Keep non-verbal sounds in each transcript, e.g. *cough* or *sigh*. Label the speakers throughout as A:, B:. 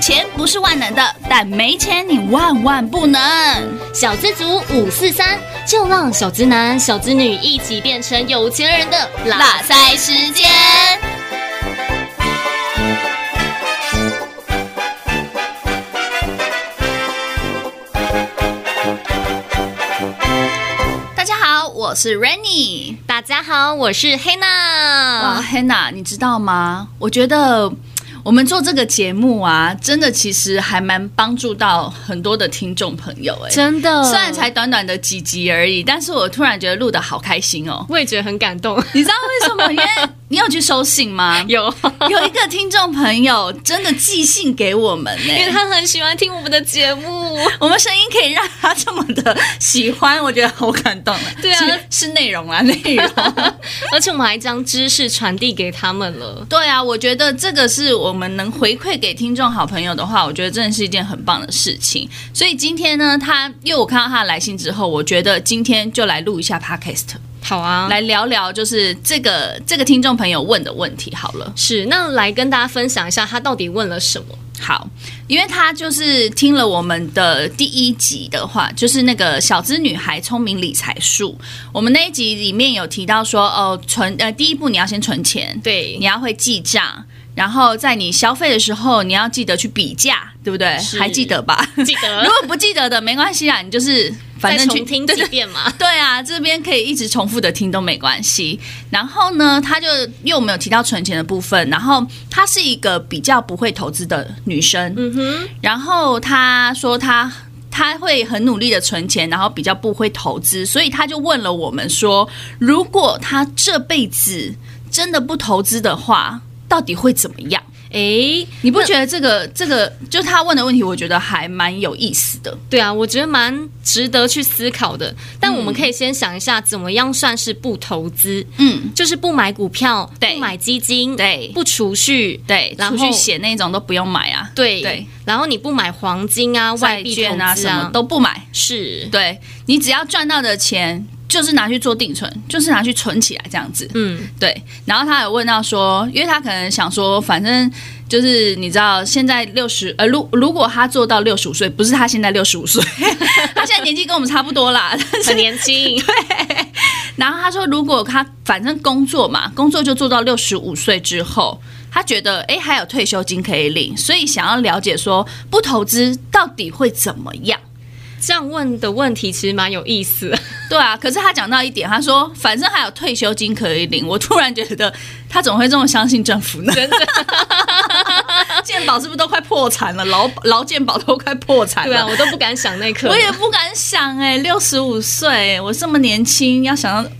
A: 钱不是万能的，但没钱你万万不能。
B: 小资族五四三，就让小资男、小资女一起变成有钱人的
A: 拉塞时间，大家好，我是 Rainy。
B: 大家好，我是
A: 哇
B: 黑娜。
A: ，Hanna，你知呃道吗？我觉得我们做这个节目啊，真的其实还蛮帮助到很多的听众朋友哎、
B: 真的，
A: 虽然才短短的几集而已，但是我突然觉得录的好开心哦。
B: 我也觉得很感
A: *laughs*
B: 动。？
A: 你知道为什么？因为你有去收信吗 *laughs*
B: 有，
A: 有一个听众朋友真的寄信给我们呢、
B: 因为他很喜欢听我们的节目。
A: 我们声音可以让他这么的喜欢，我觉得好感动。
B: 对啊
A: 是是内容啊，内容。
B: 而且我们还将知识传递给他们了。
A: *laughs* 对啊，我觉得这个是我们能回馈给听众好朋友的话，我觉得真的是一件很棒的事情。所以今天呢，他因为我看到他的来信之后，我觉得今天就来录一下 podcast，、
B: 好啊，
A: 来聊聊就是这个这个听众朋友问的问题好了。
B: 是那来跟大家分享一下他到底问了什么。
A: 好，因为他就是听了我们的第一集的话，就是那个小资女孩聪明理财术，我们那一集里面有提到说，哦，存呃，第一步你要先存钱，
B: 对
A: 你要会记账，然后在你消费的时候，你要记得去比价，对不对？
B: 是
A: 还记得
B: *laughs*
A: 吧？
B: 记得
A: 如果不记得的没关系啦，你就是反
B: 再
A: 正去
B: 重听
A: 对
B: 几
A: 对 *laughs*
B: 遍嘛。
A: 对啊，这边可以一直重复的听都没关系。然后呢，她就因为我们有提到存钱的部分，然后她是一个比较不会投资的女生，
B: 嗯哼，
A: 然后她说她。她会很努力的存钱，然后比较不会投资，所以她就问了我们说，如果她这辈子真的不投资的话，到底会怎么样？
B: 诶，
A: 你不觉得这个这个就她问的问题，我觉得还蛮有意思的。
B: 对啊，我觉得蛮值得去思考的。但我们可以先想一下，怎么样算是不投资？
A: 嗯，
B: 就是不买股票，
A: 对
B: 不买基金，
A: 对
B: 不储蓄，
A: 对，
B: 然
A: 出
B: 后
A: 去写那种都不用买啊，
B: 对
A: 对，
B: 然后你不买黄金啊、外
A: 债
B: 币
A: 券
B: 投
A: 啊
B: 资
A: 什么都不买， *laughs*
B: 是，
A: 对你只要赚到的钱就是拿去做定存，就是拿去存起来这样子。
B: 嗯，
A: 对，然后他有问到说，因为他可能想说，反正就是你知道，现在六十呃，如如果他做到六十五岁，不是他现在六十五岁， *laughs* 他现在年纪跟我们差不多啦。 *laughs*
B: 很年轻，
A: 然后他说，如果他反正工作嘛，工作就做到六十五岁之后，他觉得诶还有退休金可以领，所以想要了解说不投资到底会怎么样。
B: 这样问的问题其实蛮有
A: *laughs*
B: 意思的。
A: 对啊，可是他讲到一点，他说反正还有退休金可以领，我突然觉得他怎么会这么相信政府呢？真的， *laughs* 健保是不是都快破产了？劳劳健保都快破产
B: 对啊，
A: 了。
B: 我都不敢想那一刻，
A: 我也不敢想哎、六十五岁，我这么年轻，要想到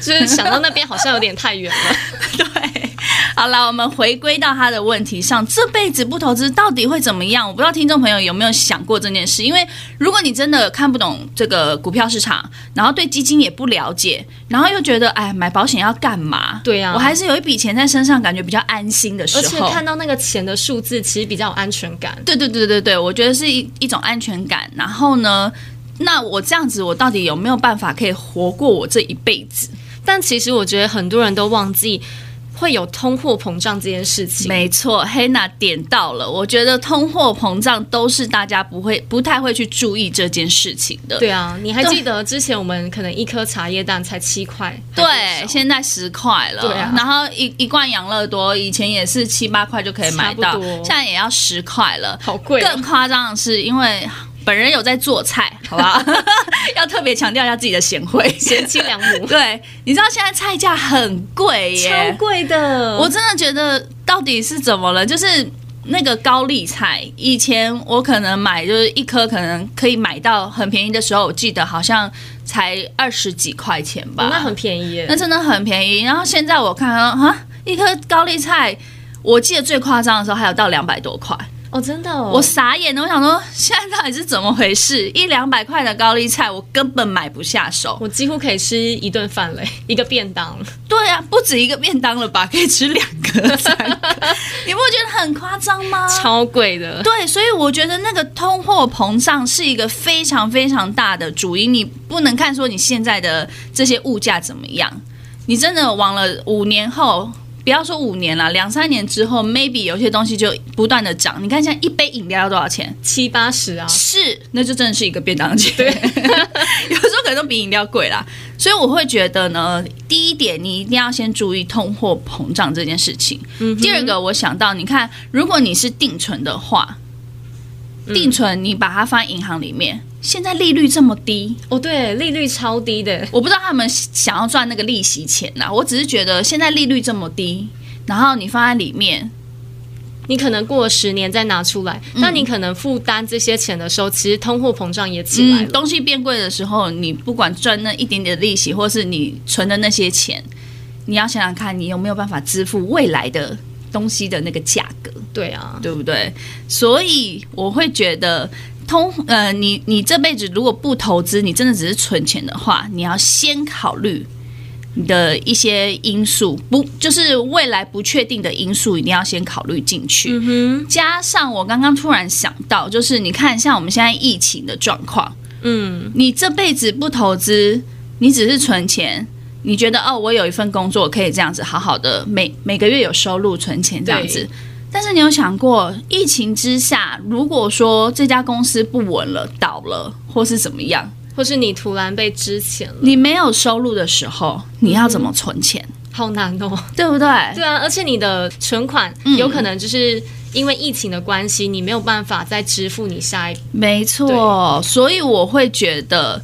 B: 就是想到那边好像有点太远了。
A: 对，好了，我们回归到他的问题上，这辈子不投资到底会怎么样？我不知道听众朋友有没有想过这件事，因为如果你真的看不懂这个股票市场，然后对基金也不了解，然后又觉得哎，买保险要干嘛？
B: 对啊
A: 我还是有一笔钱在身上，感觉比较安心 *laughs* 的时
B: 而
A: 候。
B: 且看到那个钱的数字，其实比较有安全感。
A: 对对对对对，我觉得是一一种安全感。然后呢，那我这样子，我到底有没有办法可以活过我这一辈子？
B: 但其实我觉得很多人都忘记会有通货膨胀这件事情。
A: 没错，黑娜点到了。我觉得通货膨胀都是大家不会、不太会去注意这件事情的。
B: 对啊，你还记得之前我们可能一颗茶叶蛋才七块？还
A: 对，
B: 多少
A: 现在十块了，
B: 对啊
A: 然后一一罐养乐多以前也是七八块就可以买
B: 差
A: 到
B: 不多，
A: 现在也要十块了。
B: 好贵哦
A: 更夸张的是，因为本人有在做
B: *laughs*
A: 菜，好不好？ *laughs* 要特别强调一下自己的贤惠。
B: 贤妻良 *laughs* 母，
A: *laughs* 对，你知道现在菜价很贵耶，
B: 超贵的。
A: 我真的觉得到底是怎么了？就是那个高丽菜，以前我可能买就是一颗，可能可以买到很便宜的时候，我记得好像才二十几块钱吧，
B: 哦那很便宜
A: 那
B: 耶，
A: 真的很便宜。然后现在我看啊，一颗高丽菜。我记得最夸张的时候还有到两百多块，
B: 哦，真的哦，
A: 我傻眼了。我想说，现在到底是怎么回事？一两百块的高丽菜，我根本买不下手。
B: 我几乎可以吃一顿饭嘞，一个便当。
A: 对啊，不止一个便当了吧？可以吃两个、三
B: *laughs*
A: 个，你不觉得很夸张吗？
B: 超贵的。
A: 对，所以我觉得那个通货膨胀是一个非常非常大的主因。你不能看说你现在的这些物价怎么样，你真的往了五年后，不不要说五年了，两三年之后，maybe 有些东西就不断的涨。你看现在一杯饮料要多少钱？
B: 七八十啊，
A: 是，那就真的是一个便当 *laughs* 钱。对，有时候可能都比饮料贵啦。所以我会觉得呢，第一点，你一定要先注意通货膨胀这件事情。第二个，我想到，你看，如果你是定存的话，定存你把它放在银行里面，现在利率这么低，
B: 哦，对，利率超低的，
A: 我不知道他们想要赚那个利息钱呐、我只是觉得现在利率这么低，然后你放在里面，
B: 你可能过了十年再拿出来，那、你可能负担这些钱的时候，其实通货膨胀也起来
A: 嗯，
B: 了。
A: 东西变贵的时候，你不管赚那一点点的利息，或是你存的那些钱，你要想想看，你有没有办法支付未来的东西的那个价格，
B: 对啊，
A: 对不对？所以我会觉得。通呃，你你这辈子如果不投资，你真的只是存钱的话，你要先考虑你的一些因素，不就是未来不确定的因素，一定要先考虑进去。
B: 嗯
A: 加上我刚刚突然想到，就是你看，像我们现在疫情的状况，
B: 哼，嗯，
A: 你这辈子不投资，你只是存钱，你觉得哦，我有一份工作可以这样子好好的每每个月有收入存钱这样子
B: 对。
A: 但是你有想过，疫情之下，如果说这家公司不稳了、倒了，或是怎么样，
B: 或是你突然被支钱了，
A: 你没有收入的时候，你要怎么存钱？
B: 好难哦。
A: 对不对？
B: 对啊，而且你的存款有可能就是因为疫情的关系，你没有办法再支付你下一
A: 没错，所以我会觉得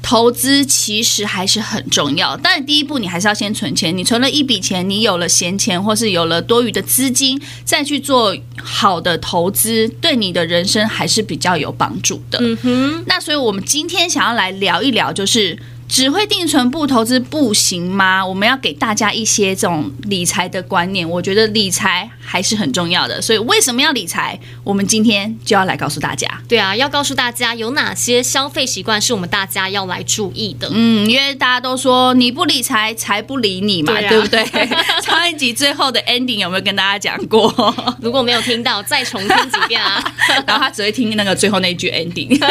A: 投资其实还是很重要。但第一步，你还是要先存钱。你存了一笔钱，你有了闲钱，或是有了多余的资金，再去做好的投资，对你的人生还是比较有帮助的。
B: 嗯哼，
A: 那所以，我们今天想要来聊一聊，就是。只会定存不投资不行吗？我们要给大家一些这种理财的观念，我觉得理财还是很重要的。所以为什么要理财？我们今天就要来告诉大家。
B: 对啊，要告诉大家有哪些消费习惯是我们大家要来注意的。
A: 嗯，因为大家都说你不理财，财不理你嘛，
B: 对啊
A: 不对？ *laughs* 上一集最后的 ending 有没有跟大家讲
B: *laughs*
A: 过？
B: 如果没有听到，再重听几遍 *laughs* 啊！
A: 然后他只会听那个最后那一句 ending。
B: *laughs*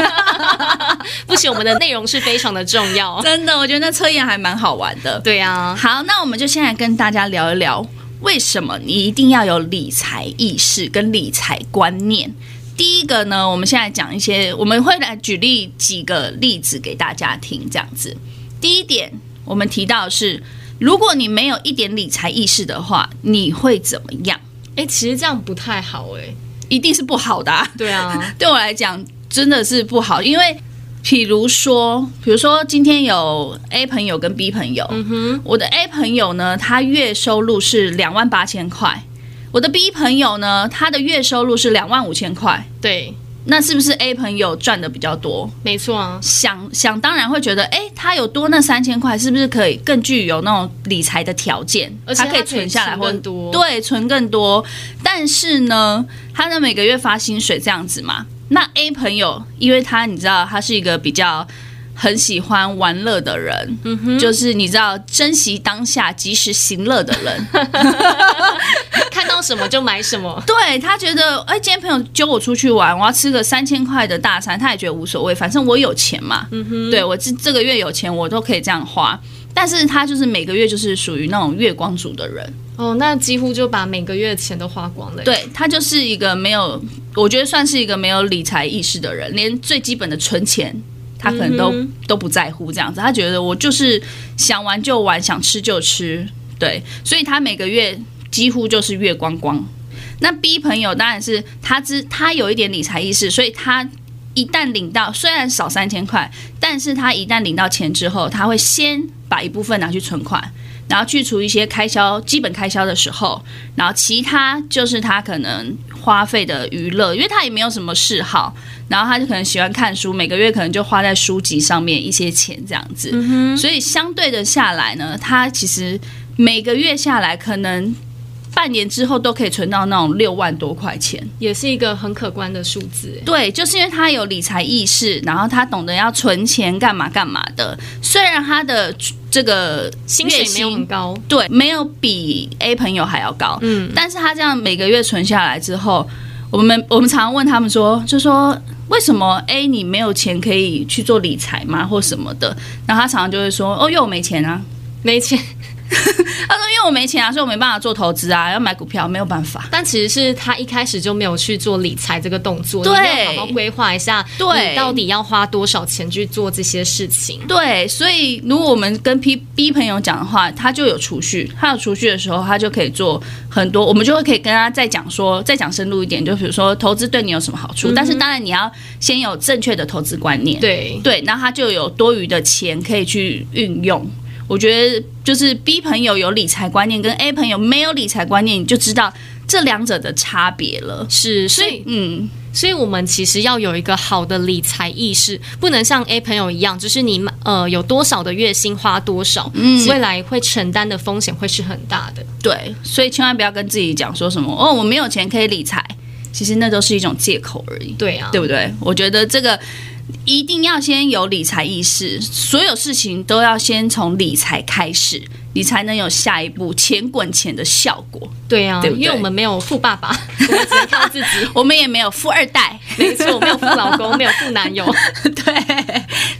B: 不行，我们的内容是非常的重要。
A: 真的，我觉得那测验还蛮好玩的。
B: 对啊，
A: 好，那我们就先来跟大家聊一聊，为什么你一定要有理财意识跟理财观念。第一个呢，我们现在讲一些，我们会来举例几个例子给大家听，这样子。第一点，我们提到的是，如果你没有一点理财意识的话，你会怎么样？
B: 哎、其实这样不太好哎、
A: 一定是不好的、啊。
B: 对啊，
A: *laughs* 对我来讲真的是不好，因为比如说，比如说今天有 A 朋友跟 B 朋友，我的 A 朋友呢，他月收入是两万八千块，我的 B 朋友呢，他的月收入是两万五千块，
B: 对，
A: 那是不是 A 朋友赚的比较多？
B: 没错啊，
A: 想想当然会觉得，哎、他有多那三千块，是不是可以更具有那种理财的条件？
B: 而且
A: 他可以
B: 他可以
A: 存下来
B: 存
A: 或
B: 更多
A: 对，存更多。但是呢，他的每个月发薪水这样子嘛，那 A 朋友，因为他你知道，他是一个比较。很喜欢玩乐的人，
B: 嗯
A: 就是你知道珍惜当下、及时行乐的人。
B: 看到什么就买什么。
A: 对他觉得，哎、今天朋友揪我出去玩，我要吃个三千块的大餐，他也觉得无所谓，反正我有钱嘛。对我这这个月有钱，我都可以这样花。但是他就是每个月就是属于那种月光族的人，
B: 哦，那几乎就把每个月的钱都花光了、对，
A: 对他就是一个没有，我觉得算是一个没有理财意识的人，连最基本的存钱。他可能都、
B: 嗯
A: 都不在乎这样子，他觉得我就是想玩就玩，想吃就吃，对，所以他每个月几乎就是月光光。那 B 朋友当然是他知他有一点理财意识，所以他一旦领到虽然少三千块，但是他一旦领到钱之后，他会先把一部分拿去存款，然后去除一些开销基本开销的时候，然后其他就是他可能花费的娱乐，因为他也没有什么嗜好，然后他就可能喜欢看书，每个月可能就花在书籍上面一些钱这样子，所以相对的下来呢，他其实每个月下来可能。半年之后都可以存到那种六万多块钱，
B: 也是一个很可观的数字。
A: 对，就是因为他有理财意识，然后他懂得要存钱干嘛干嘛的。虽然他的这个
B: 薪水没有
A: 月
B: 很
A: 薪
B: 高，
A: 对没有比 A 朋友还要高，
B: 嗯，
A: 但是他这样每个月存下来之后，我们我们常常问他们说，就说为什么 A 你没有钱可以去做理财吗，或什么的？然后他常常就会说，哦，因为我没钱啊。
B: 没钱，
A: 他说因为我没钱啊，所以我没办法做投资啊，要买股票没有办法。
B: 但其实是他一开始就没有去做理财这个动作，
A: 对
B: 你没有好好规划一下，
A: 对
B: 你到底要花多少钱去做这些事情。
A: 对，所以如果我们跟 P B 朋友讲的话，他就有储蓄，他有储蓄的时候，他就可以做很多，我们就会可以跟他再讲说，再讲深入一点，就比如说投资对你有什么好处，但是当然你要先有正确的投资观念，
B: 对，
A: 对，那他就有多余的钱可以去运用。我觉得就是 B 朋友有理财观念，跟 A 朋友没有理财观念，你就知道这两者的差别了。
B: 是，所以
A: 嗯，
B: 所以我们其实要有一个好的理财意识，不能像 A 朋友一样，就是你呃有多少的月薪花多少，未来会承担的风险会是很大的。
A: 对，所以千万不要跟自己讲说什么哦，我没有钱可以理财，其实那都是一种借口而已，
B: 对啊，
A: 对不对？我觉得这个一定要先有理财意识，所有事情都要先从理财开始，你才能有下一步钱滚钱的效果。
B: 对啊，
A: 对不对
B: 因为我们没有富爸爸，我们只能靠
A: *laughs*
B: 自己。
A: 我们也没有富二代。
B: 没错，没有富老公，没有富男友。
A: *laughs* 对，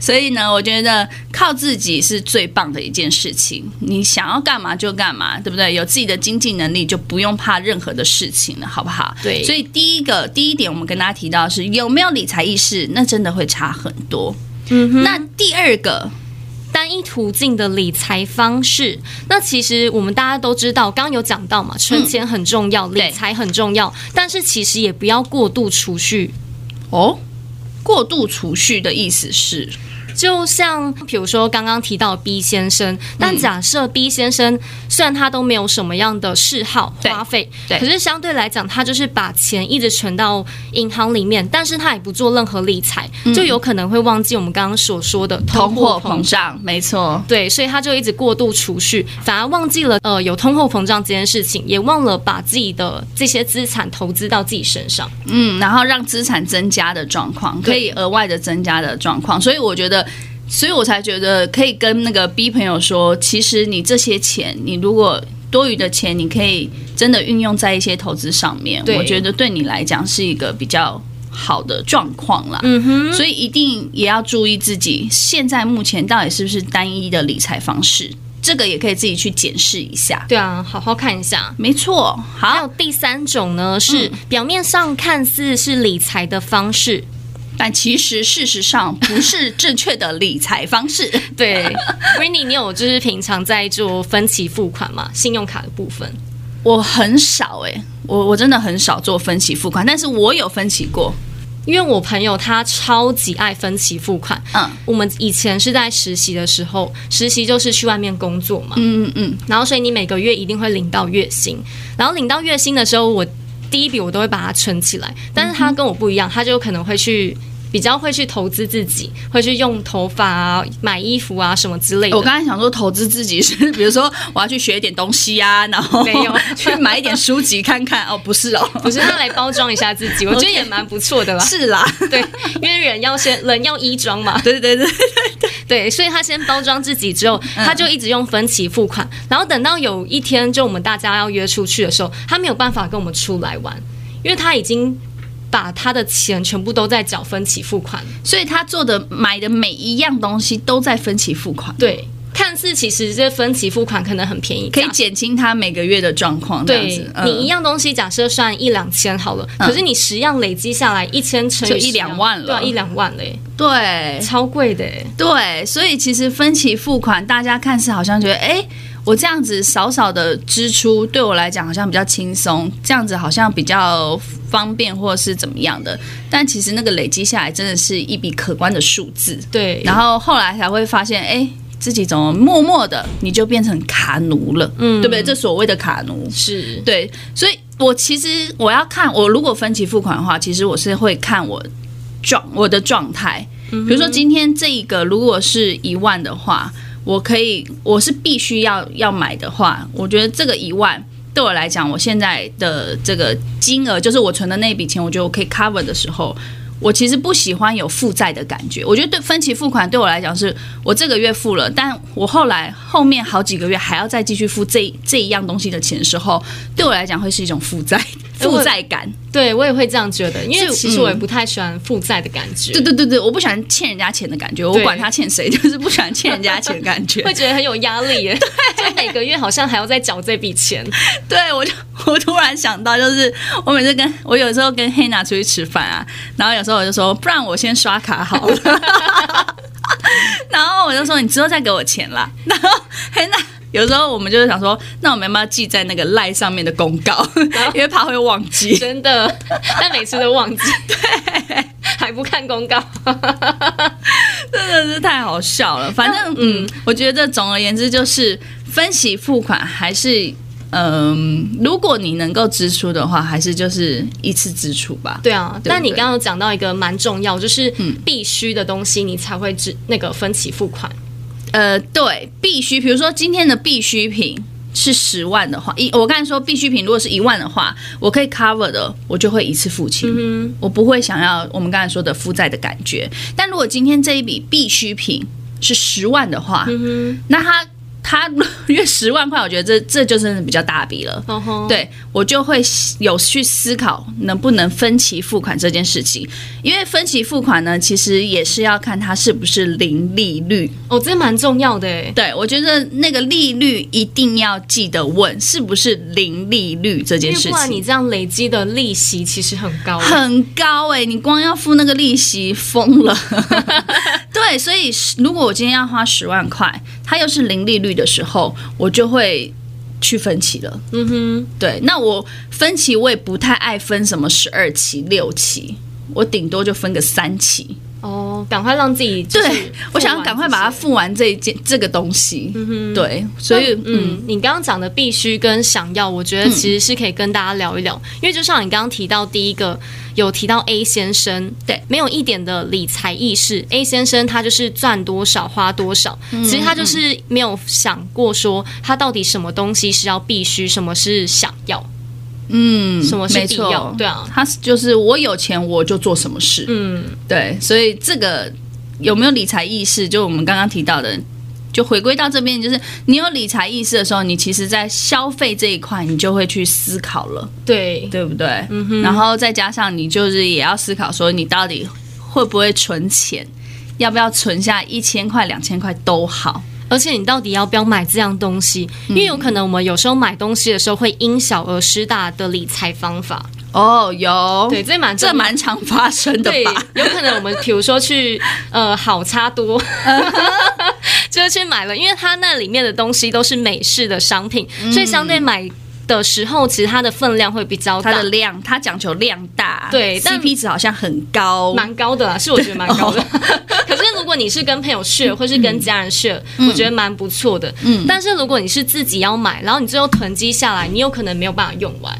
A: 所以呢，我觉得靠自己是最棒的一件事情。你想要干嘛就干嘛，对不对？有自己的经济能力，就不用怕任何的事情了，好不好？
B: 对
A: 所以第一个第一点，我们跟大家提到的是有没有理财意识，那真的会差很多。
B: 嗯哼，
A: 那第二个，
B: 单一途径的理财方式，那其实我们大家都知道，刚刚有讲到嘛，存钱很重要，
A: 嗯对
B: 理财很重要，但是其实也不要过度储蓄。
A: 哦，过度储蓄的意思是，
B: 就像比如说刚刚提到 B 先生，
A: 嗯
B: 但假设 B 先生虽然他都没有什么样的嗜好
A: 对
B: 花费，
A: 对
B: 可是相对来讲，他就是把钱一直存到银行里面，但是他也不做任何理财，就有可能会忘记我们刚刚所说的
A: 嗯通货
B: 胀
A: 膨胀，没错。
B: 对，所以他就一直过度储蓄，反而忘记了呃有通货膨胀这件事情，也忘了把自己的这些资产投资到自己身上。
A: 嗯，然后让资产增加的状况，可以额外的增加的状况，所以我觉得。所以我才觉得可以跟那个 B 朋友说，其实你这些钱，你如果多余的钱，你可以真的运用在一些投资上面。
B: 对
A: 我觉得对你来讲是一个比较好的状况啦。
B: 嗯哼，
A: 所以一定也要注意自己现在目前到底是不是单一的理财方式，这个也可以自己去检视一下。
B: 对啊，好好看一下。
A: 没错，
B: 还
A: 好，
B: 有第三种呢，是表面上看似是理财的方式，
A: 但其实事实上不是正确的理财方式。
B: 对 r i n n y 你有就是平常在做分期付款嘛，信用卡的部分，
A: *laughs* 我很少哎、我我真的很少做分期付款，但是我有分期过，
B: 因为我朋友他超级爱分期付款。
A: 嗯
B: 我们以前是在实习的时候，实习就是去外面工作嘛，
A: 嗯嗯，
B: 然后所以你每个月一定会领到月薪，然后领到月薪的时候，我第一笔我都会把它存起来，但是他跟我不一样，他就可能会去。比较会去投资自己，会去用头发啊、买衣服啊什么之类
A: 我
B: 的。
A: 刚才想说投资自己是，比如说我要去学一点东西啊， *laughs* 然后
B: 没有
A: 去买一点书籍看看，哦，不是哦，
B: 不是他来包装一下自己，我觉得也蛮不错的
A: *laughs*
B: 啦。
A: 是啦，
B: 对，因为人要先人要衣装
A: *laughs*
B: 嘛，
A: 对对对对，
B: 对，所以他先包装自己之后，
A: 嗯
B: 他就一直用分期付款，然后等到有一天就我们大家要约出去的时候，他没有办法跟我们出来玩，因为他已经把他的钱全部都在缴分期付款。
A: 所以他做的买的每一样东西都在分期付款，
B: 对，看似其实这分期付款可能很便宜，
A: 可以
B: 假
A: 减轻他每个月的状况，这样
B: 对
A: 子，，
B: 你一
A: 嗯。
B: 样东西假设算一两千好了，可是你十样累积下来一千乘以
A: 就一
B: 10
A: 两
B: 样
A: 万了
B: 对啊，一两万嘞，
A: 对
B: 超贵的欸。
A: 对，所以其实分期付款，大家看似好像觉得，哎，我这样子少少的支出对我来讲好像比较轻松，这样子好像比较方便或是怎么样的，但其实那个累积下来真的是一笔可观的数字，
B: 对，
A: 然后后来才会发现，哎。自己怎么默默的你就变成卡奴了，嗯，对不对？这所谓的卡奴，
B: 是
A: 对，所以我其实我要看我如果分期付款的话，其实我是会看我状我的状态。比如说今天这一个如果是一万的话，我可以我是必须要要买的话，我觉得这个一万对我来讲，我现在的这个金额就是我存的那笔钱，我觉得我可以 cover 的时候。我其实不喜欢有负债的感觉，我觉得对分期付款对我来讲是，我这个月付了，但我后来后面好几个月还要再继续付这这一样东西的钱的时候，对我来讲会是一种负债负债感。
B: 对我也会这样觉得，因为
A: 是
B: 其实我也
A: 嗯
B: 不太喜欢负债的感觉，
A: 对对对对，我不喜欢欠人家钱的感觉，我
B: 对
A: 管他欠谁，就是不喜欢欠人家钱的感 *laughs* 觉。
B: 会觉得很有压力耶。就每个月好像还要再缴这笔钱，
A: 对，我就 *laughs* 我突然想到，就是我每次跟我有时候跟黑娜出去吃饭啊，然后有时候我就说，不然我先刷卡好了，然后我就说你之后再给我钱啦。然后黑娜有时候我们就是想说，那我们要不要记在那个赖上面的公告， *laughs* 因为怕会忘记。
B: 真的， *laughs* 但每次都忘记，对，还不看公告。
A: *laughs* 真的是太好笑了。反正嗯，我觉得总而言之就是分期付款还是。嗯，如果你能够支出的话，还是就是一次支出吧。
B: 对啊，
A: 对
B: 但
A: 不
B: 你
A: 对嗯
B: 刚刚有讲到一个蛮重要，就是必须的东西你才会支那个分期付款。
A: 呃，对，必须，比如说今天的必需品是十万的话，一我刚才说必需品如果是一万的话，我可以 cover 的，我就会一次付清，我不会想要我们刚才说的负债的感觉。但如果今天这一笔必需品是十万的话，那它它 *laughs* 约十万块，我觉得这这就真的比较大笔了。
B: 哦吼，
A: 对我就会有去思考能不能分期付款这件事情，因为分期付款呢，其实也是要看它是不是零利率。
B: 哦，这蛮重要的诶。
A: 对，我觉得那个利率一定要记得问是不是零利率这
B: 因
A: 件
B: 为
A: 事
B: 不然你
A: 情。
B: 这样累积的利息其实很高诶，
A: 很高哎、你光要付那个利息，疯 *laughs* 了。对，所以如果我今天要花十万块，它又是零利率的时候，我就会去分期了。嗯哼，对。那我分期我也不太爱分什么十二期、六期，我顶多就分个三期。
B: 哦，赶快让自己就是
A: 对，我想要赶快把它付
B: 付完
A: 完这一件这个东西。嗯哼，对，所
B: 这些。
A: 以
B: 所以，嗯，你刚刚讲的必须跟想要，我觉得其实是可以跟大家聊一聊，因为就像你刚刚提到第一个，有提到 A 先生，
A: 对，
B: 没有一点的理财意识，A 先生他就是赚多少花多少，
A: 嗯
B: 其实他就是没有想过说他到底什么东西是要必须，什么是想要，
A: 嗯，
B: 什么是
A: 没
B: 必
A: 错
B: 要对啊
A: 他是就是我有钱我就做什么事，
B: 嗯，
A: 对，所以这个有没有理财意识，就我们刚刚提到的。就回归到这边，就是你有理财意识的时候，你其实，在消费这一块，你就会去思考了，
B: 对，
A: 对不对？嗯、然后再加上你就是也要思考说，你到底会不会存钱，要不要存下一千块、两千块都好。
B: 而且你到底要不要买这样东西？因为有可能我们有时候买东西的时候会因小而失大的理财方法，
A: 哦，有，
B: 对，这蛮重
A: 这
B: 要
A: 蛮常发生的
B: 对
A: 吧？，
B: 有可能我们比如说去呃好差多，
A: 嗯
B: *laughs* 就是去买了，因为它那里面的东西都是美式的商品，
A: 嗯
B: 所以相对买的时候，其实它的分量会比较
A: 它
B: 大
A: 的，量，它讲求量大，
B: 对但
A: ，CP 值好像很高，
B: 蛮高的啦，是我觉得蛮
A: *laughs*
B: 高
A: 哦
B: 的。 *laughs* 可是如果你是跟朋友
A: 嗯
B: share 或是跟家人 share，、我觉得蛮不错的。嗯，但是如果你是自己要买，然后你最后囤积下来，你有可能没有办法用完。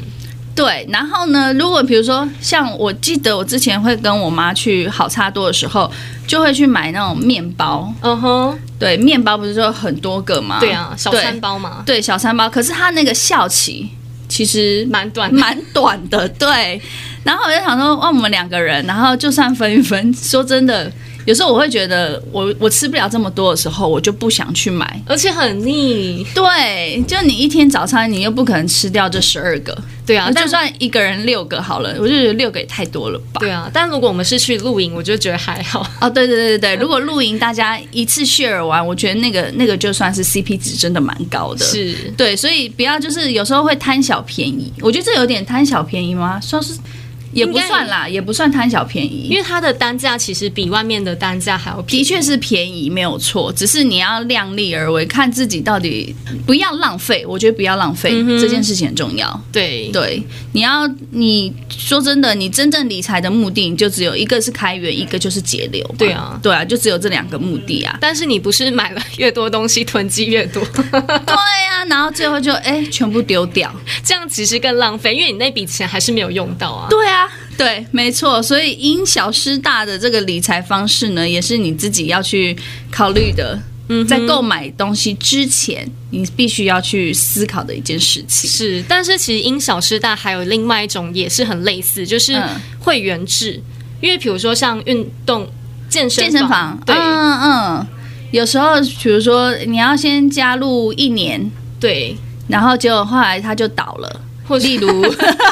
A: 对，然后呢，如果比如说像我记得我之前会跟我妈去好差多的时候，就会去买那种面包。
B: 嗯哼，
A: 对，面包不是就有很多个吗？
B: 对啊，小
A: 对
B: 三包嘛，
A: 对小三包，可是它那个效期其实
B: 蛮短的。
A: 蛮短的，对。然后我就想说，哇，我们两个人，然后就算分一分，说真的，有时候我会觉得我，我吃不了这么多的时候，我就不想去买。
B: 而且很腻，
A: 对，就你一天早餐，你又不可能吃掉这十二个，
B: 对啊，但
A: 就算一个人六个好了，我就觉得六个也太多了吧。
B: 对啊，但如果我们是去露营，我就觉得
A: *laughs*
B: 还好。
A: 哦，对对对对，如果露营大家一次 share 完，我觉得那个那个就算是 CP 值真的蛮高的。。
B: 是，
A: 对，所以不要就是有时候会贪小便宜，我觉得这有点贪小便宜吗？算是也不
B: 应该
A: 算啦，也不算贪小便宜，
B: 因为它的单价其实比外面的单价还要便宜。
A: 的确是便宜没有错，只是你要量力而为，看自己到底不要浪费。我觉得不要浪
B: 嗯
A: 费、这件事情很重要。
B: 对，
A: 对，你要你说真的，你真正理财的目的你就只有一个是开源，一个就是节流嘛。
B: 对啊
A: 对啊，就只有这两个目的啊。 *laughs*
B: 但是你不是买了越多东西囤积越多，
A: 对啊，然后最后就哎、全部丢掉。
B: 这样其实更浪费，因为你那笔钱还是没有用到啊。
A: 对啊，对，没错。所以因小失大的这个理财方式呢，也是你自己要去考虑的。嗯，在购买东西之前，你必须要去思考的一件事情。
B: 是，但是其实因小失大还有另外一种也是很类似，就是
A: 嗯
B: 会员制，因为比如说像运动健身
A: 健身房，
B: 对、
A: 嗯嗯，有时候比如说你要先加入一年，
B: 对，
A: 然后结果后来它就倒了。
B: 或是
A: 例如，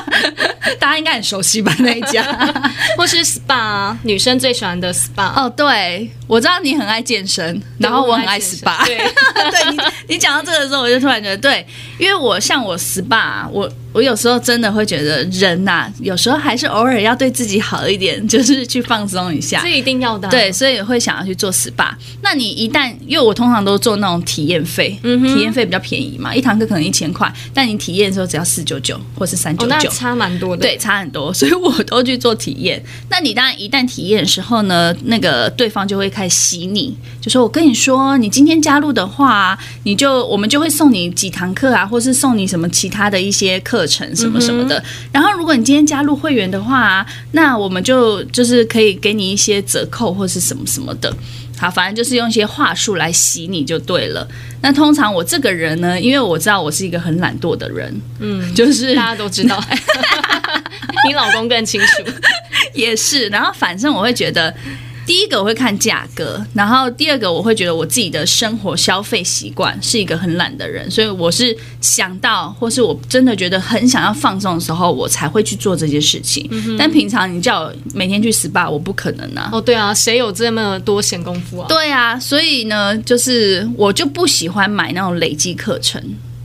A: *laughs* 大家应该很熟悉吧那一家。
B: *laughs* 或是 SPA，啊女生最喜欢的 SPA。
A: 哦，对，我知道你很爱健身，然后我很爱
B: 健身
A: SPA。*laughs*
B: 对，
A: 对你，你讲到这个的时候，我就突然觉得，对，因为我像我 SPA，我啊我有时候真的会觉得人呐、有时候还是偶尔要对自己好一点，就是去放松一下
B: 这。一定要的啊。
A: 对，所以会想要去做 SPA。那你一旦，因为我通常都做那种体验费，
B: 嗯哼
A: 体验费比较便宜嘛，一堂课可能一千块，但你体验的时候只要四九九或是三九
B: 哦，那
A: 九，
B: 差蛮多的。，
A: 对，差很多， *laughs* 所以我都去做体验。那你当然一旦体验的时候呢，那个对方就会开始洗你，就说我跟你说，你今天加入的话，你就我们就会送你几堂课啊，或是送你什么其他的一些课程什么什么
B: 嗯
A: 的。然后如果你今天加入会员的话、那我们就就是可以给你一些折扣或是什么什么的。好，反正就是用一些话术来洗你就对了。那通常我这个人呢，因为我知道我是一个很懒惰的人，嗯，就是
B: 大家都知
A: *laughs*
B: 道。 *laughs* 你老公更清楚。
A: *laughs* 也是，然后反正我会觉得，第一个我会看价格，然后第二个我会觉得我自己的生活消费习惯是一个很懒的人，所以我是想到或是我真的觉得很想要放松的时候，我才会去做这些事情。但平常你叫我每天去 SPA，我不可能啊。
B: 哦，对啊，谁有这么多闲工夫啊？
A: 对啊，所以呢，就是我就不喜欢买那种累积课程。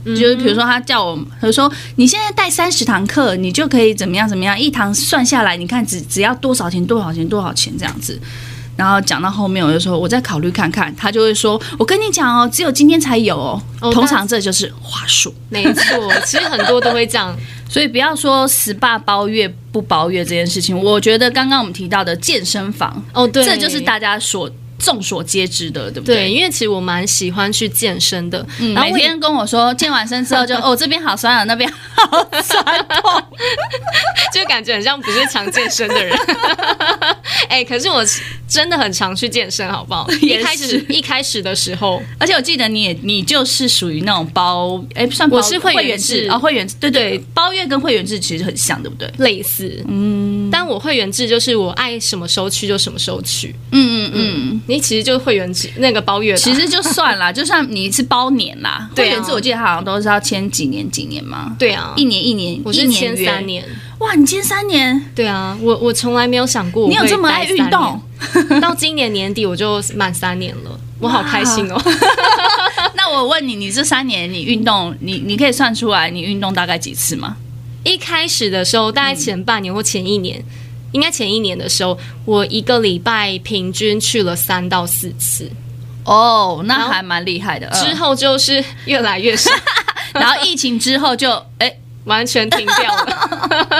B: 嗯
A: 就是比如说，他叫我，他说你现在带三十堂课，你就可以怎么样怎么样，一堂算下来，你看只只要多少钱多少钱多少钱这样子。然后讲到后面，我就说我再考虑看看，他就会说，我跟你讲哦，只有今天才有哦。
B: 哦
A: 通常这就是话术，
B: 没错，其实很多都会这样。
A: 所以不要说 SPA 包月不包月这件事情。我觉得刚刚我们提到的健身房，
B: 哦，对，
A: 这就是大家所众所皆知的，对不
B: 对，因为其实我蛮喜欢去健身的，
A: 嗯
B: 然后
A: 每
B: 我也 *laughs*
A: 天跟我说健完身之 *laughs* 后就哦这边好酸啊，那边 *laughs* 好酸痛。
B: 就感觉很像不是常健身
A: *laughs*
B: 的人。哎、可是我真的很常去健身，好不好？
A: *laughs* 也
B: 一开始
A: 是
B: 一开始的时候，
A: 而且我记得你也你就是属于那种包哎算包
B: 我是会
A: 会
B: 员
A: 员制
B: 制
A: 哦会员制对对
B: 对
A: 包月跟会员制其实很像对不对？
B: 类似，嗯，但我会员制就是我爱什么时候去就什么时候去，
A: 嗯嗯嗯，
B: 你其实就是会员制那个包月的啊、
A: 其实就算啦， *laughs* 就算你是包年啦，
B: 对
A: 会
B: 啊
A: 员制我记得好像都是要签几年几年嘛，
B: 对啊，
A: 一年一年，
B: 我
A: 一
B: 是签
A: 约
B: 三。年，
A: 哇，你签三年，
B: 对啊，我我从来没有想过我
A: 你有
B: 会
A: 这么爱
B: 待三
A: 运动？
B: 年， *laughs* 到今年年底我就满三年了，我好开心哦。
A: *laughs* 那我问你，你这三年你运动，你你可以算出来你运动大概几次吗？
B: *laughs* 一开始的时候，大概前半年或前一年，应该前一年的时候，我一个礼拜平均去了三到四次，
A: 哦，那
B: 然后
A: 还蛮厉害的。嗯
B: 之后就是越来越少，
A: *laughs* 然后疫情之后就哎、
B: *laughs* 完全停掉了。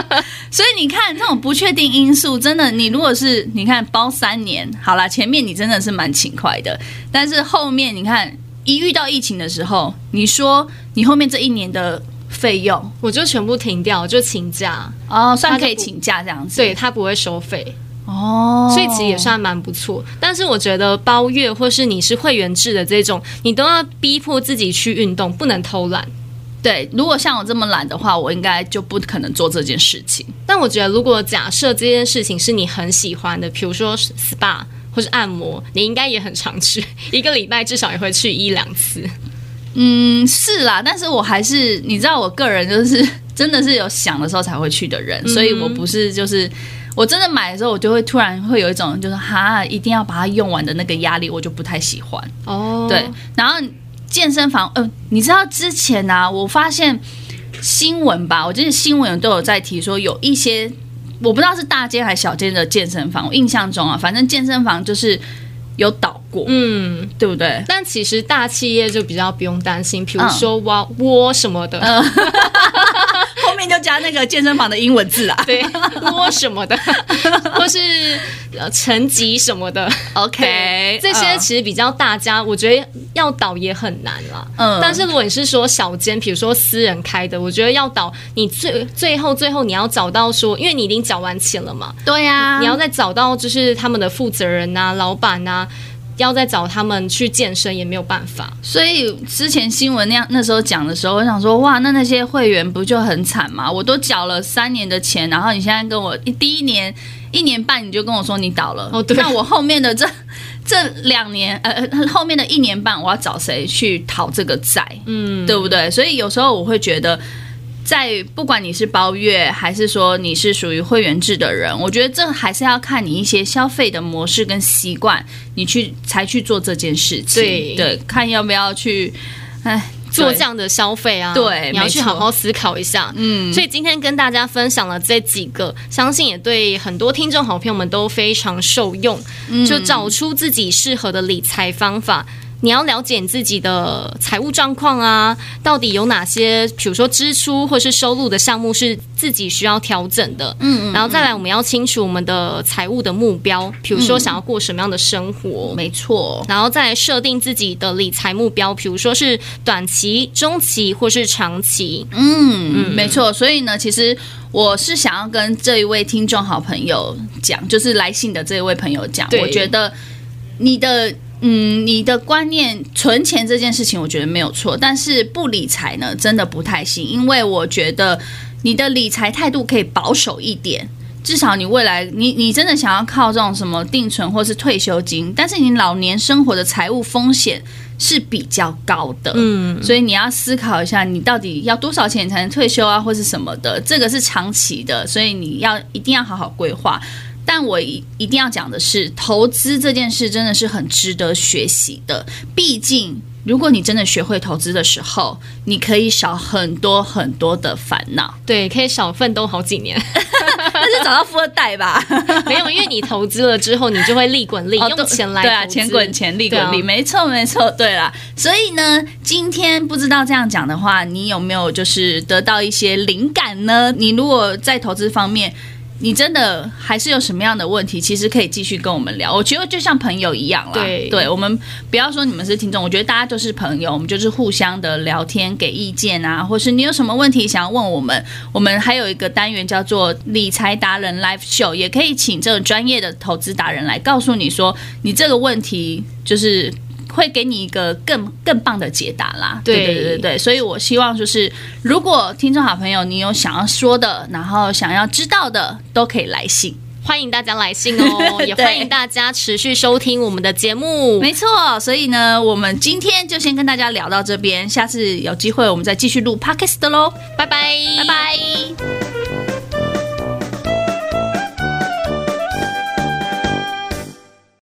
A: 所以你看这种不确定因素，真的，你如果是你看包三年，好啦，前面你真的是蛮勤快的，但是后面你看一遇到疫情的时候，你说你后面这一年的费用
B: 我就全部停掉，就请假，
A: 哦，算
B: 他就
A: 可以
B: 不
A: 请假这样子，
B: 对他不会收费，
A: 哦，
B: 所以其实也算蛮不错。但是我觉得包月或是你是会员制的这种，你都要逼迫自己去运动，不能偷懒。
A: 对。如果像我这么懒的话，我应该就不可能做这件事情。
B: 但我觉得，如果假设这件事情是你很喜欢的，比如说 SPA 或是按摩，你应该也很常去，一个礼拜至少也会去一两次。
A: 嗯，是啦，但是我还是你知道，我个人就是 *laughs* 真的是有想的时候才会去的人，所以我不是就是我真的买的时候，我就会突然会有一种就是哈，一定要把它用完的那个压力，我就不太喜欢。
B: 哦
A: 对，，然后健身房，嗯、你知道之前啊，我发现新闻吧，我记得新闻都有在提说有一些我不知道是大间还是小间的健身房，我印象中啊，反正健身房就是有倒过，
B: 嗯，
A: 对不对？
B: 但其实大企业就比较不用担心，比如说挖窝什么的，
A: 后面就加那个健身房的英文字啊。 *laughs*
B: 对， *laughs* 窝什么的，或是呃层级什么的。
A: OK，
B: 这些
A: 嗯
B: 其实比较大家，我觉得要倒也很难啦。
A: 嗯
B: 但是如果你是说小间，比如说私人开的，我觉得要倒，你最最后最后你要找到说，因为你已经缴完钱了嘛，
A: 对呀、
B: 你要再找到就是他们的负责人呐、老板呐、要再找他们去健身也没有办法。
A: 所以之前新闻那样那时候讲的时候，我想说，哇，那那些会员不就很惨吗？我都缴了三年的钱，然后你现在跟我一第一年一年半你就跟我说你倒了，
B: 哦对
A: 那我后面的这这两年，呃，呃后面的一年半我要找谁去讨这个债？嗯，对不对？所以有时候我会觉得。在不管你是包月还是说你是属于会员制的人，我觉得这还是要看你一些消费的模式跟习惯，你去才去做这件事情。
B: 对
A: 对，看要不要去，哎，
B: 做
A: 对
B: 这样的消费啊，
A: 对
B: 你要去
A: 没错
B: 好好思考一下。嗯，所以今天跟大家分享了这几个，相信也对很多听众好朋友们都非常受用。就找出自己适合的理财方法。你要了解你自己的财务状况啊，到底有哪些，比如说支出或是收入的项目是自己需要调整的。嗯嗯然后再来，我们要清楚我们的财务的目标，比如说想要过什么样的生活。
A: 没错，
B: 然后再设定自己的理财目标，比如说是短期、中期或是长期。
A: 嗯，没错。所以呢，其实我是想要跟这一位听众好朋友讲，就是来信的这一位朋友讲，
B: 对
A: 我觉得你的。嗯，你的观念存钱这件事情，我觉得没有错，但是不理财呢，真的不太行，因为我觉得你的理财态度可以保守一点，至少你未来你你真的想要靠这种什么定存或是退休金，但是你老年生活的财务风险是比较高的，嗯，所以你要思考一下，你到底要多少钱你才能退休啊，或是什么的，这个是长期的，所以你要一定要好好规划。但我一一定要讲的是，投资这件事真的是很值得学习的。毕竟，如果你真的学会投资的时候，你可以少很多很多的烦
B: *laughs*
A: 恼。
B: 对，可以少奋斗好几
A: *laughs*
B: 年。
A: 但是找到富二代吧，
B: 没有，因为你投资了之后，你就会利滚利，
A: 哦
B: 用钱来
A: 对啊，
B: 投资
A: 钱滚钱，利滚利，
B: 对啊
A: 没错没错，对啦。所以呢，今天不知道这样讲的话，你有没有就是得到一些灵感呢？你如果在投资方面。你真的还是有什么样的问题，其实可以继续跟我们聊。我觉得就像朋友一样啦，
B: 对
A: 我们不要说你们是听众，我觉得大家就是朋友，我们就是互相的聊天、给意见啊，或是你有什么问题想要问我们，我们还有一个单元叫做理财达人 Live Show，也可以请这种专业的投资达人来告诉你说，你这个问题就是会给你一个更更棒的解答啦。
B: 对
A: 对对对对，所以我希望就是，如果听众好朋友你有想要说的，然后想要知道的，都可以来信。
B: 欢迎大家来信
A: *laughs*
B: 哦，也
A: 对
B: 欢迎大家持续收听我们的节目。
A: 没错，所以呢，我们今天就先跟大家聊到这边，下次有机会我们再继续录 Podcast 的喽，
B: 拜拜，
A: 拜。拜。